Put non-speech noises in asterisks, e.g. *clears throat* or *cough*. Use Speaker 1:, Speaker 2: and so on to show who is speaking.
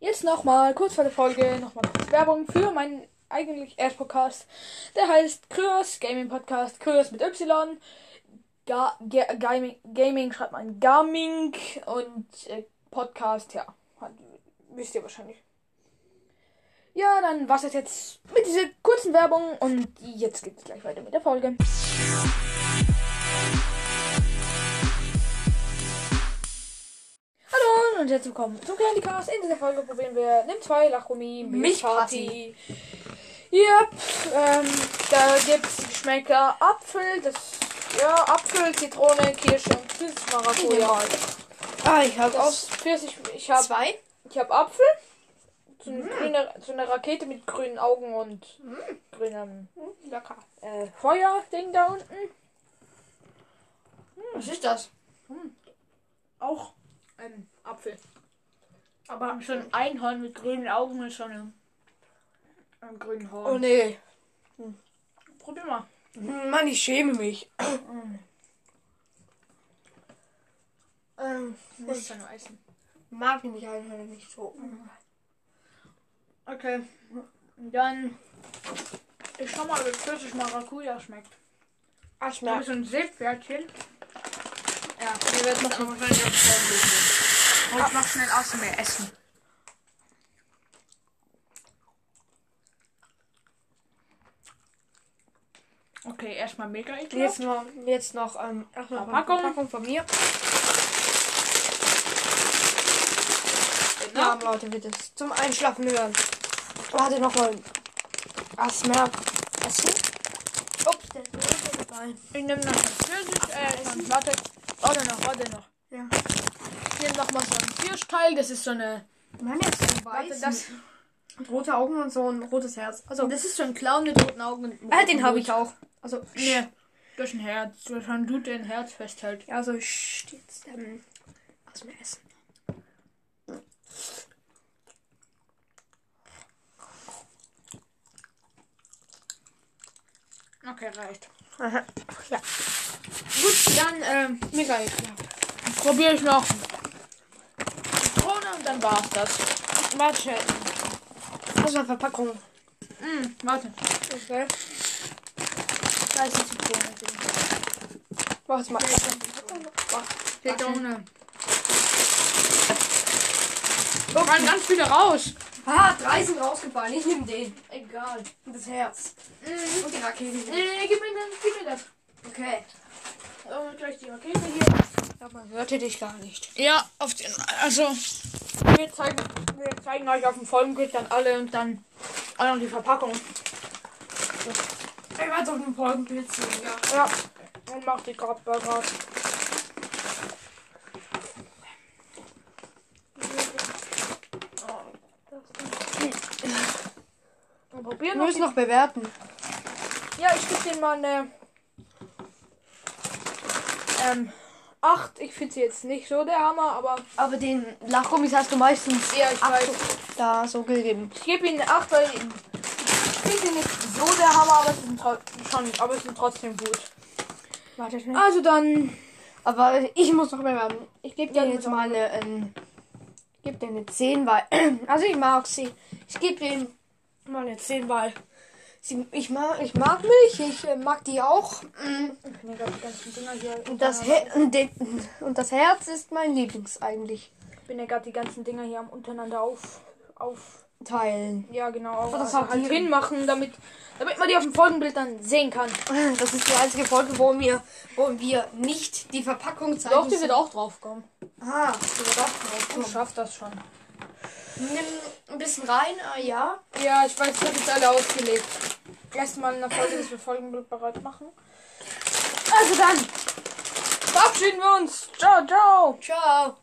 Speaker 1: Jetzt nochmal kurz vor der Folge nochmal kurz Werbung für meinen eigentlich erst Podcast. Der heißt Kryos Gaming Podcast. Kryos mit Y. Ga Ge Gaming, Gaming schreibt man Gaming und äh, Podcast, ja. Hat, wisst ihr wahrscheinlich. Ja, dann war's das jetzt mit dieser kurzen Werbung und jetzt geht's gleich weiter mit der Folge. Hallo und herzlich willkommen zum Candycast. In dieser Folge probieren wir Nimm 2 Lachgummi
Speaker 2: Milchparty.
Speaker 1: Milchparty. Ja, pf, ähm, da gibt's die Geschmäcker Apfel, das ja, Apfel, Zitrone, Kirsche und Pilzmaracuja.
Speaker 2: Ah, ich hab
Speaker 1: Aus Pfirsich, ich habe
Speaker 2: zwei.
Speaker 1: ich habe Apfel. So
Speaker 3: Mhm.
Speaker 1: eine, grüne, so eine Rakete mit grünen Augen und grünem
Speaker 2: Lecker.
Speaker 4: Hm,
Speaker 1: äh, Feuerding da unten.
Speaker 2: Was ist das?
Speaker 3: auch ein Apfel.
Speaker 1: Mhm.
Speaker 2: Aber schon ein Einhorn mit grünen Augen und schon eine.
Speaker 3: Einen grünen
Speaker 4: Oh
Speaker 3: Horn.
Speaker 4: nee. Hm,
Speaker 3: Probier mal.
Speaker 4: Mann, ich schäme mich.
Speaker 1: Mhm.
Speaker 4: ähm,
Speaker 3: Du musst es ja nur essen.
Speaker 4: mag ich mich einfach nicht so.
Speaker 3: Okay. Dann. Ich schau mal, ob das Pfirsich Maracuja schmeckt.
Speaker 4: Ach,
Speaker 3: Ja.
Speaker 4: schmeckt.
Speaker 3: So ein Seepferdchen.
Speaker 2: Ja, wir werden noch mal schnell
Speaker 3: Und mach schnell aus mehr essen. Okay, erstmal mega
Speaker 4: Jetzt
Speaker 3: ekelhaft.
Speaker 4: noch, jetzt noch, ähm, ach, noch
Speaker 3: Verpackung.
Speaker 4: Verpackung von mir.
Speaker 3: Genau.
Speaker 4: Ja, Leute, bitte. Zum Einschlafen hören. Warte nochmal. Ach, merkt. Essen? Ups, der ist mir runtergefallen.
Speaker 3: Ich nehme noch ein Pfirsich, äh, noch ein- warte, warte noch, warte noch.
Speaker 4: Ja.
Speaker 3: Ich nehme noch mal so einen Kirschteil, das ist so eine,
Speaker 4: Mann, jetzt so
Speaker 3: warte,
Speaker 4: weiß.
Speaker 3: das,
Speaker 4: rote Augen und so ein rotes Herz. Also,
Speaker 3: das ist so ein Clown mit roten Augen. und einem
Speaker 4: ah, den
Speaker 3: roten
Speaker 4: habe
Speaker 3: Hut.
Speaker 4: ich auch. Also,
Speaker 3: Nee, durch ein Herz, durch ein Dude, der ein Herz festhält.
Speaker 4: Ja, so steht's. Ähm, aus mir Essen.
Speaker 3: Okay, reicht.
Speaker 4: Aha.
Speaker 3: Gut, dann, ähm,
Speaker 4: Mega ekelhaft.
Speaker 3: probiere ich noch Zitrone und dann war's das.
Speaker 4: Warte. Das war Verpackung.
Speaker 3: Mm, warte,
Speaker 4: Okay.
Speaker 3: da ist die Zitrone drin.
Speaker 4: Warte mal.
Speaker 3: Zitrone. Da waren ganz viele raus.
Speaker 4: Ah, drei sind rausgefallen. Ich nehme den. Egal. Und das Herz. Und die Rakete.
Speaker 3: Nee, nee, nee, gib mir das, gib mir das.
Speaker 4: Okay.
Speaker 3: Oh, gleich die Rakete hier.
Speaker 4: Ja, man hörte dich gar nicht.
Speaker 3: Ja, auf den, also, wir zeigen, wir zeigen euch auf dem Folgenbild dann alle und dann auch noch die Verpackung.
Speaker 4: Ich warte auf den Folgenbild sehen. Ja.
Speaker 3: Ja, und mach die gerade bereit. Wir
Speaker 4: Wir
Speaker 3: probieren noch.
Speaker 4: müssen noch bewerten.
Speaker 3: Ja, ich gebe denen mal eine. Ähm, 8. Ich finde sie jetzt nicht so der Hammer, aber
Speaker 4: Aber den Lachgummis hast du meistens
Speaker 3: eher, ich weiß.
Speaker 4: da so gegeben.
Speaker 3: Ich gebe ihnen eine 8, weil ich finde sie nicht so der Hammer, aber sie sind, tro schon, aber sie sind trotzdem gut.
Speaker 4: Warte schnell.
Speaker 3: Also dann.
Speaker 4: Aber ich muss noch bewerben. Ich gebe dir
Speaker 3: Ja, du
Speaker 4: jetzt
Speaker 3: musst
Speaker 4: mal eine, ähm, ich gebe dir eine 10, weil, *clears throat* also ich mag sie. Ich gebe ihm mal eine 10, weil sie, ich mag, ich mag Milch, ich äh, mag die auch. Mm,
Speaker 3: Ich nehme gerade die ganzen Dinger hier.
Speaker 4: Und das, He
Speaker 3: Ah.
Speaker 4: und den, und das Herz ist mein Lieblings eigentlich.
Speaker 3: Ich bin ja gerade die ganzen Dinger hier am untereinander auf. auf
Speaker 4: Teilen.
Speaker 3: ja, genau. Auf,
Speaker 4: das
Speaker 3: also
Speaker 4: hat
Speaker 3: halt
Speaker 4: die-
Speaker 3: hinmachen, damit, damit man die auf dem Folgenbild dann sehen kann.
Speaker 4: Das ist die einzige Folge, wo wir, wo wir nicht die Verpackung zeigen.
Speaker 3: Doch, die wird auch drauf kommen.
Speaker 4: Ah, die wird auch
Speaker 3: Du
Speaker 4: drauf.
Speaker 3: schaffst das schon.
Speaker 4: Nimm ein bisschen rein, ah ja.
Speaker 3: Ja, ich weiß, ich habe jetzt alle ausgelegt. Lass mal eine Folge, dass wir Folgenbild bereit machen.
Speaker 4: Also dann,
Speaker 3: Verabschieden wir uns. Ciao, ciao.
Speaker 4: ciao.